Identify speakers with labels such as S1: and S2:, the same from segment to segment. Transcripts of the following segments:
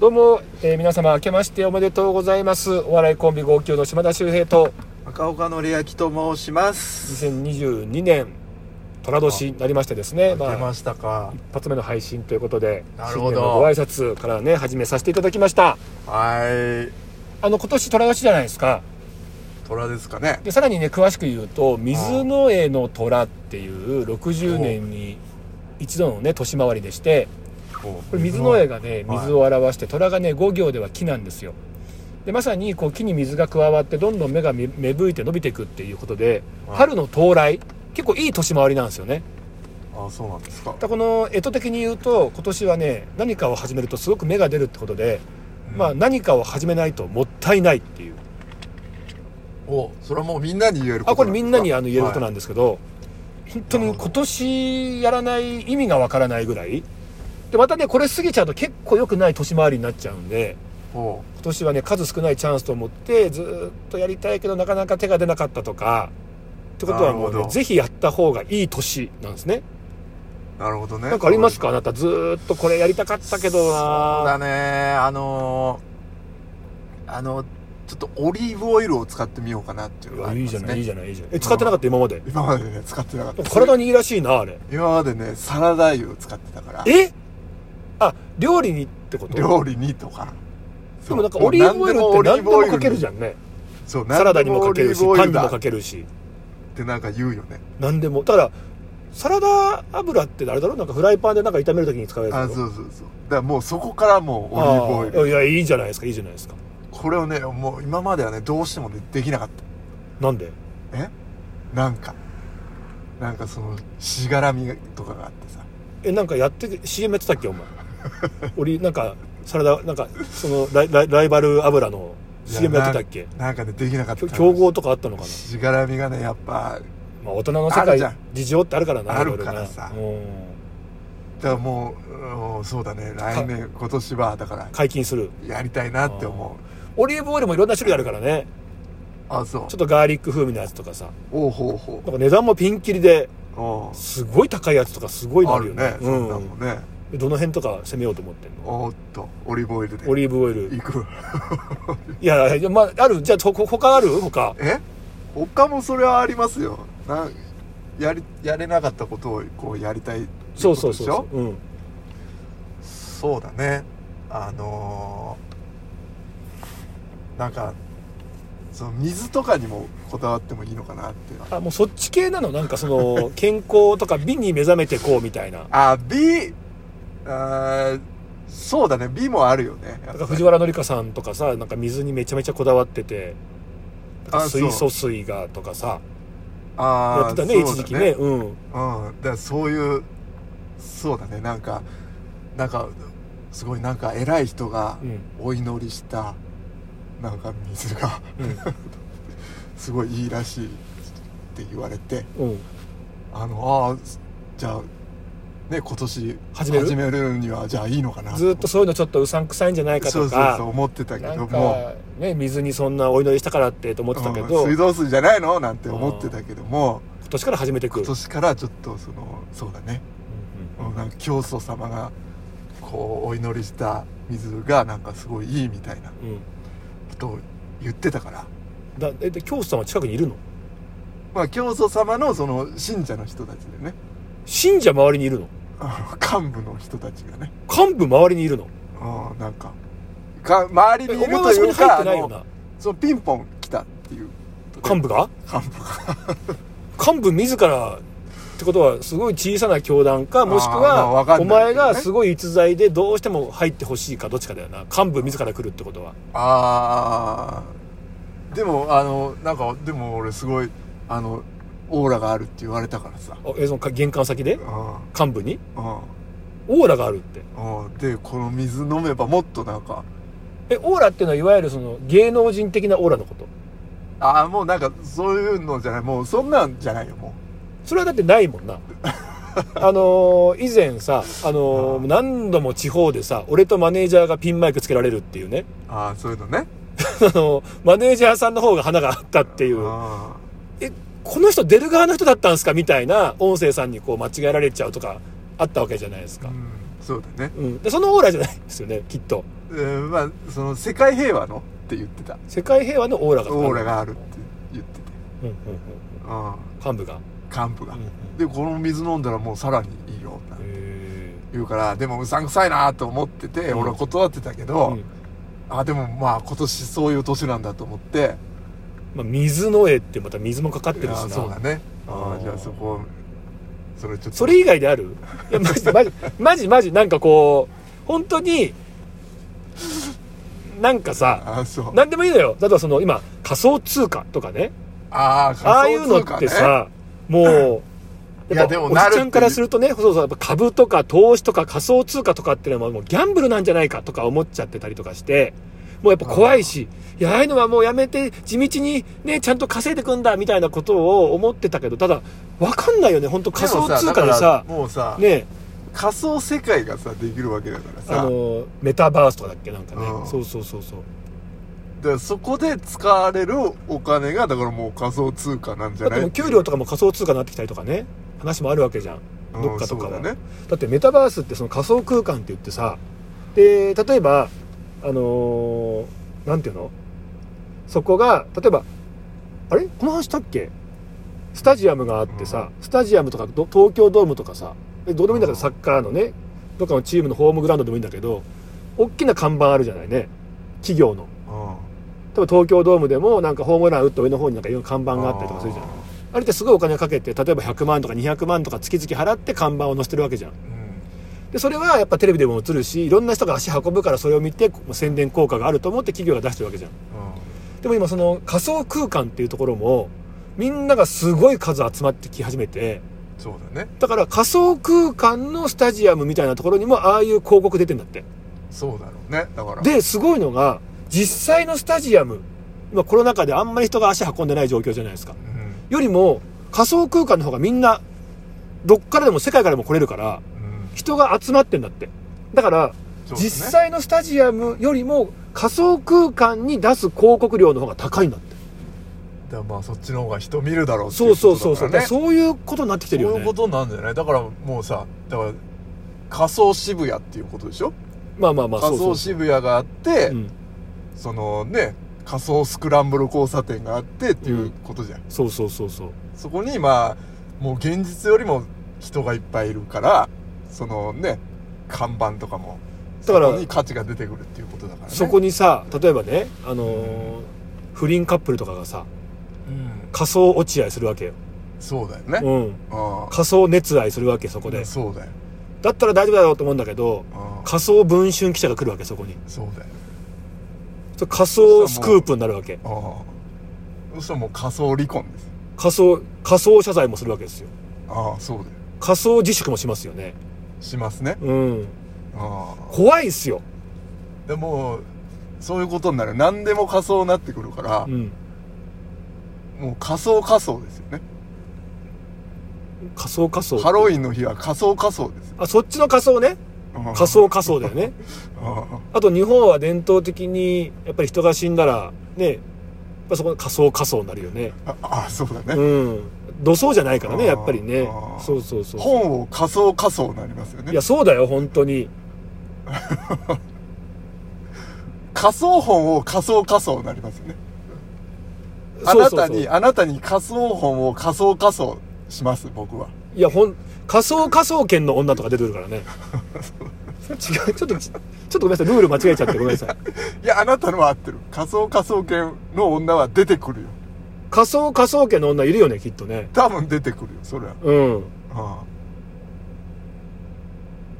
S1: どうも、えー皆様明けましておめでとうございますお笑いコンビ号泣の島田秀平と
S2: 赤岡のりあきと申します。
S1: 2022年寅年になりましてですね
S2: 出
S1: まあ
S2: ましたか。
S1: 一発目の配信ということで
S2: なるほ
S1: 新
S2: ど
S1: 年のご挨拶からね始めさせていただきました
S2: は
S1: あの今年寅年じゃないですか
S2: い。虎ですかね。
S1: でさらにね詳しく言うと水の絵の虎っていう60年に一度のね年回りでして
S2: こ
S1: これ水の絵がね
S2: はい
S1: 水を表して虎がね5行では木なんですよでまさにこう木に水が加わってどんどん芽が芽芽吹いて伸びていくっていうことで
S2: はい
S1: 春の到来結構いい年回りなんですよね
S2: あ、そうなんですか。
S1: またこの干支的に言うと今年はね何かを始めるとすごく芽が出るってことで、まあ何かを始めないともったいないっていう
S2: お、それはもうみんなに言えること
S1: あこれみんなにあの言えること
S2: な
S1: なん
S2: で
S1: んですけど、本当に今年やらない意味がわからないぐらいでまたねこれ過ぎちゃうと結構良くない年回りになっちゃうんです
S2: か。お、
S1: 今年はね数少ないチャンスと思ってずーっとやりたいけどなかなか手が出なかったとかってことはもう
S2: なる
S1: ね
S2: ほど
S1: ぜひやった方がいい年なんですね
S2: なるほどね。
S1: なんかありますか
S2: か
S1: あなたずーっとこれやりたかったけど
S2: そう
S1: な
S2: だね。あのー、あの、ちょっとオリーブオイルを使ってみようかなっていうのがあ
S1: い
S2: り
S1: い
S2: ま
S1: じ
S2: す
S1: ゃ
S2: ね。
S1: ないいいじゃないいいじゃないえ使ってなかった今まで
S2: 今までね、使ってなかった。
S1: 体にいいらしいなあれ
S2: 今までね、サラダ油を使ってたから。
S1: えあ料理にってこと
S2: 料理にとか。
S1: でもなんかオリーブオイルって何でもかけるじゃ
S2: ん。
S1: んね
S2: そう、
S1: サラダにもかけるし
S2: 何でオリ
S1: パ
S2: ー
S1: ンにも
S2: ブオイルだ
S1: かけるし
S2: ってなんか言うよね
S1: 何でもだからサラダ油ってあれだろなんかフライパンでなんか炒めるときに使うやつだ
S2: あ
S1: ろ
S2: そうそうそうだからもうそこからもうオリーブオイル
S1: あいやいいじゃないですかいいじゃないですか
S2: これをねもう今まではねどうしてもねできなかっ
S1: なんで
S2: たえなんかなんかそのしがらみとかがあってさ
S1: えなんかやって CM やってたっけお 前俺なんかサラダなんかそのライライライバル油の CM やってたっけ
S2: なんかねできなかった
S1: きょ競合とかあったのかな、
S2: しがらみがねやっぱ
S1: まあ、大人の世
S2: あるじゃ
S1: 界
S2: ん
S1: 事情ってあるからな
S2: ある
S1: いろいろな
S2: からさ
S1: うん
S2: だからもううんそうだね来年今年はだから
S1: 解禁する
S2: やりたいなって思
S1: オリーブオイルもいろんな種類あるからね
S2: うあそう
S1: ちょっとガーリック風味のやつとかさ
S2: おうほうほ
S1: なんか値段もピンキリで
S2: うおう
S1: すごい高いやつとかすごいの
S2: あ
S1: あるよ
S2: る
S1: ね
S2: ねそんな
S1: う
S2: もんね
S1: ん、どの辺とか攻めようと思ってんの
S2: おーっとオリーブオイルで
S1: オリーブオイル
S2: いく
S1: いやいや、まあ、あるじゃあとこ他ある他
S2: え他もそれはありますよなやりやれなかったことをこうやりたいって
S1: そう
S2: こ
S1: そう
S2: とでし
S1: そう
S2: ょ
S1: そう、うん、
S2: そうだねあのーなんかその水とかにもこだわってもいいのかなっていう
S1: あもうそっち系なのなんかそ の健康とか美に目覚めてこうみたいな
S2: あ B あーそうだね B もあるよね
S1: な
S2: やっ
S1: んか
S2: ぱり
S1: 藤原紀香さんとかさなんか水にめちゃめちゃこだわっててなんか
S2: あそう
S1: 水素水がとかさ
S2: あー
S1: やってたね
S2: そうだ
S1: 一時期ねうん
S2: うん、だからそういうそうだねなんかなんかすごいなんか偉い人が
S1: うん
S2: お祈りしたなんか水が
S1: う
S2: すごいいいらしいって言われて
S1: ん、うん、
S2: あのああじゃあね今年
S1: 始める
S2: にはじゃあいいのかな
S1: ずっとそういうのちょっとうさんくさいんじゃないか
S2: そう
S1: と
S2: そうそう
S1: か
S2: 思ってたけ
S1: な
S2: ど
S1: ん
S2: も
S1: かね水にそんなお祈りしたからってと思ってたけど、
S2: うん
S1: 今
S2: 水道水じゃないのなんて思ってたけども
S1: 年から始めていく
S2: 今年からちょっとそのそうだね
S1: うんうん
S2: なんか教祖様がこうお祈りした水がなんかすごいいいみたいな
S1: うん
S2: ことを言ってたから、
S1: だえで教祖さんは近くにいるの
S2: まあ、教祖様のその信者の人たちでね
S1: 信者周りにいるの
S2: あの幹部の人たちがね
S1: 幹部周りにいるの
S2: うんなんかか周
S1: え
S2: り
S1: お
S2: にいる
S1: 前
S2: と
S1: はそこ
S2: い
S1: に
S2: う
S1: 入っ
S2: か
S1: てないよ
S2: あ
S1: な
S2: のそのピンポン来たっていう
S1: 幹部が
S2: 幹部が
S1: 幹部自らってことはすごい小さな教団かもしく
S2: あーまあわ
S1: は
S2: か
S1: お
S2: んない
S1: 前
S2: けどね
S1: がすごい逸材でどうしても入ってほしいかどっちかだよな幹部自ら来るってことは
S2: ああでもあのなんかでも俺すごいあのオーラがあるって言われたからさ
S1: あえそのか玄関先で
S2: う
S1: 幹部に
S2: んうん
S1: オーラがあるって
S2: うんでこの水飲めばもっとなんか
S1: えオーラっていうのはいわゆるその芸能人的なオーラのこと
S2: ああもうなんかそういうのじゃないもうそんなんじゃないよも
S1: それはだってないもん なあのー以前さ、あのー
S2: あー
S1: 何度も地方でさ俺とマネージャーがピンマイクつけられるっていうね
S2: うああそういうのね
S1: あのーマネージャーさんの方が花があったっていう
S2: あ
S1: えこの人出る側の人だったんですかみたいな音声さんにこう間違えられちゃうとかあったわけじゃないです
S2: あ、
S1: か
S2: う、ん、そうだね
S1: うんでそのオーラじゃないですよねきっと
S2: うんまあその世界平和のって言ってた
S1: 世界平和のオーラが
S2: オーラがあるって言ってて
S1: うんうんうん
S2: うん
S1: 幹部が
S2: 幹部が
S1: うんうん
S2: でこの水飲んだらもうさらにいいよなんて
S1: へ
S2: 言うからでもうさんくさいなと思ってて
S1: うん
S2: 俺は断ってたけ
S1: え
S2: ど、あでもまあ今年そういう年なんだと思って
S1: まあ、水の絵ってまた水もかかってるし
S2: あ
S1: な
S2: そうだねあ
S1: あー
S2: じゃあそこそれちょっと
S1: それ以外であるいやマ ジマジマジマジなんかこう本当になんかさ
S2: あそう
S1: 何でもいいのよ例えばその今仮想通貨とかね
S2: あー
S1: ああい
S2: 仮
S1: うのっ
S2: 想通貨ね
S1: てさ、もう、
S2: い
S1: や
S2: や
S1: っぱ
S2: でも
S1: おじ
S2: なるって
S1: ちゃんからするとね、そうそう、やっぱ株とか投資とか仮想通貨とかっていうのはもうギャンブルなんじゃないかとか思っちゃってたりとかして、もうやっぱ怖いし、いや、ああいうのはもうやめて、地道にね、ちゃんと稼いでくんだ、みたいなことを思ってたけど、ただ、わかんないよね、本当仮想通貨で
S2: だから
S1: さ、
S2: もうさ、
S1: ね、
S2: 仮想世界がさできるわけだから
S1: あ
S2: さ
S1: の、メタバースとかだっけ、なんかね
S2: う。ん
S1: そうそうそうそう。
S2: だからそこで使われるお金がだからもう仮想通貨なんじ
S1: だ
S2: ゃ
S1: って
S2: ない
S1: もう給料とかも仮想通貨になってきたりとかね、話もあるわけじゃん。
S2: うん
S1: どっかとかは
S2: そうだね
S1: だってメタバースってその仮想空間って言ってさで例えばあのーなんていうのそこが例えばあれこの話したっけスタジアムがあってさ、スタジアムとかど東京ドームとかさでどうでもいいんだけど、
S2: うん
S1: サッカーのねどっかのチームのホームグラウンドでもいいんだけど大きな看板あるじゃないね企業の例えば東京ドームでもなんかホームラン打った上の方になんかいろんな看板
S2: うん
S1: があったりとかするじゃんあれってすごいお金かけて例えば100万とか200万とか月々払って看板を載せてるわけじゃん
S2: うん
S1: でそれはやっぱテレビでも映るしいろんな人が足運ぶからそれを見てこう宣伝効果があると思って企業が出してるわけじゃんでも今その仮想空間っていうところもみんながすごい数集まってき始めて
S2: そうだね
S1: だから仮想空間のスタジアムみたいなところにもああいう広告出てんだって
S2: そうだろうねだから
S1: ですごいのが実際のスタジアム今コロナ禍であんまり人が足運んでない状況じゃないですか
S2: うん
S1: よりも仮想空間の方がみんなどっからでも世界からでも来れるから
S2: うん
S1: 人が集まってんだってだから
S2: そうだね
S1: 実際のスタジアムよりも仮想空間に出す広告料の方が高いんだって
S2: だからまあそっちの方が人見るだろうってい
S1: そうそうそう
S2: こ
S1: そう、
S2: とだからね
S1: そういうことになってきてるよ
S2: そうい
S1: ね
S2: うことなんじゃないだからもうさだから仮想渋谷っていうことでしょ
S1: まあまあまあ
S2: 仮
S1: そうそ
S2: 想
S1: う
S2: 渋谷があって
S1: うん
S2: そのね仮想スクランブル交差点があってっていうことじゃん、
S1: そうそうそうそう
S2: そこにまあもう現実よりも人がいっぱいいるからそのね看板とかも
S1: だから
S2: そこに価値が出てくるっていうことだからね
S1: そこにさ例えばねあのー不倫カップルとかがさ
S2: うん、
S1: 仮想落合するわけよ、
S2: そうだよね、
S1: うん、
S2: ああ
S1: 仮想熱愛するわけそこで、
S2: そうだよ
S1: だったら大丈夫だろうと思うんだけど
S2: ああ
S1: 仮想文春記者が来るわけそこに
S2: そうだよ
S1: それ仮想スクープになるわけ
S2: ああそしたらもう仮想離婚です
S1: 仮想仮想謝罪もするわけですよ
S2: ああそうだよ
S1: 仮想自粛もしますよね
S2: しますね
S1: うん
S2: ああ
S1: 怖いっすよ、
S2: でもそういうことになる何でも仮想になってくるから、
S1: うん、
S2: もう仮想仮想ですよね
S1: 仮想仮想
S2: ハロウィンの日は仮想仮想ですよ
S1: あそっちの仮想ね
S2: うん
S1: 仮想仮想だよ ね
S2: うん
S1: あと日本は伝統的にやっぱり人が死んだらねやっぱそこ仮想仮想になるよね
S2: ああそうだね、
S1: うん土葬じゃないからね
S2: あ
S1: や
S2: ー
S1: っぱりね
S2: あー
S1: そうそうそう
S2: 本を仮想仮想になりますよ
S1: い
S2: ね
S1: やそうだよ本当に
S2: 仮想本を仮想仮想になりますよねあ
S1: そう
S2: な
S1: そう
S2: た
S1: そう
S2: にあなたに仮想本を仮想仮想します僕はい
S1: やほん仮想仮想圏の女とか出てくるからねそれ違うちょっとちちょっとごめんなさいルール間違えちゃってごめんな さい
S2: いやあなたのは合ってる仮想仮想圏の女は出てくるよ
S1: 仮想仮想圏の女いるよねきっとね
S2: 多分出てくるよそれは、
S1: うん
S2: うん、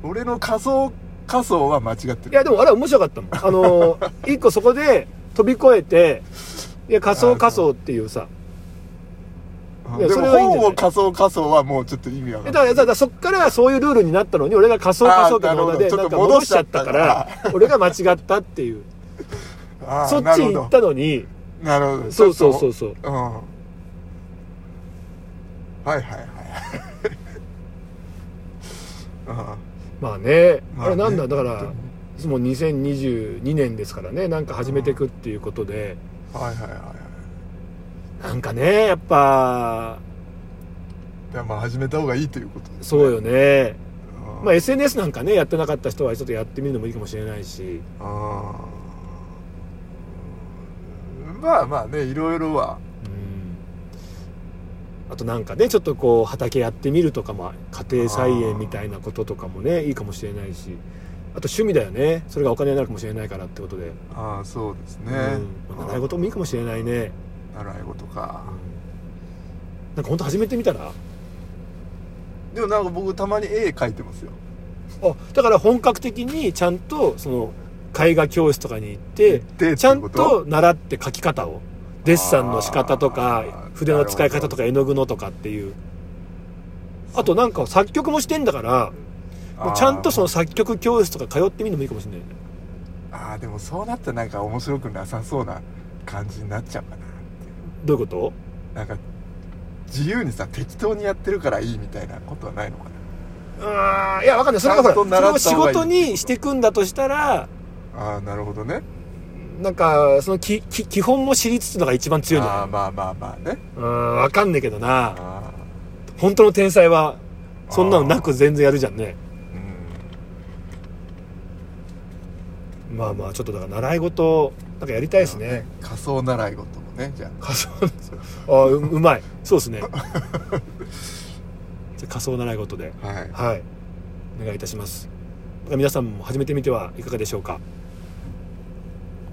S2: 俺の仮想仮想は間違って
S1: い
S2: る
S1: やでもあれは面白かったもんあの ー一個そこで飛び越えていや仮想仮想っていうさ
S2: うん
S1: いや
S2: で
S1: そ
S2: も
S1: れはいいんじゃな
S2: 本
S1: い
S2: を仮想仮想はもうちょっと意味が
S1: え
S2: 分
S1: だか
S2: か
S1: らだからそっからそういうルールになったのに俺が仮想仮想って
S2: あーなるほ
S1: の
S2: ど
S1: で
S2: ちょっ
S1: な
S2: と
S1: んか戻しちゃったから
S2: 戻
S1: 俺が間違ったって いう
S2: ら
S1: そっち行ったのに
S2: なるほど
S1: そうそうそう
S2: ち
S1: そう
S2: ょっとうんはいはいはい はい
S1: まあね
S2: ま
S1: あ
S2: あね
S1: れなんだだからもう2022年ですからねなんか始めていくっていうことで
S2: うんはいはいはいはい
S1: なんかねやっぱ
S2: でまあ始めた方がいいということです
S1: そうよね
S2: うんうん
S1: まあ、SNS なんかねやってなかった人はちょっとやってみるのもいいかもしれないし
S2: うんまあまあねいろいろは
S1: うんあとなんかねちょっとこう畑やってみるとか、まあ、家庭菜園みたいなこととかもねいいかもしれないしあと趣味だよねそれがお金になるかもしれないからってことで、
S2: ああそうですね、
S1: うんまあ習い事もいいかもしれないね、
S2: 習い事か
S1: うん、なんか本当始めてみたら
S2: でもなんか僕たまに絵描いてますよ
S1: あだから本格的にちゃんとその絵画教室とかに行って
S2: で
S1: ちゃん
S2: っていうこと
S1: 習って描き方をデッサンの仕方と
S2: あ
S1: か
S2: ー
S1: 筆の使い方と
S2: なるほ
S1: か絵の具のとかっていうあとなんか作曲もしてんだからもうちゃんとその作曲教室とか通ってみるのもいいかもしれないね
S2: ああでもそうなったらなんか面白くなさそうな感じになっちゃうかなっていう
S1: どういうこと
S2: なんか自由にさ適当にやってるからいいみたいなことはないのか
S1: あーいやわかんないそれがほ
S2: ちゃんと
S1: らそれを
S2: 習った
S1: 仕
S2: 方がいい
S1: 事にしていくんだとしたら
S2: なああなるほどね
S1: なんかそのきき基本も知りつつのが一番強いんじゃな
S2: ああ
S1: い
S2: まあまあまあね
S1: うーんわかんないけどな
S2: あ
S1: 本当の天才はそんなのなく全然やるじゃんね
S2: あうん
S1: まあまあちょっとだから習い事なんかやりたいですね
S2: 仮想習い事もねじゃ
S1: 仮想ああううまいそうですね じゃあ仮想習い事で
S2: あはい
S1: はいお願いいたしますだから皆さんも始めてみてはいかがでしょうか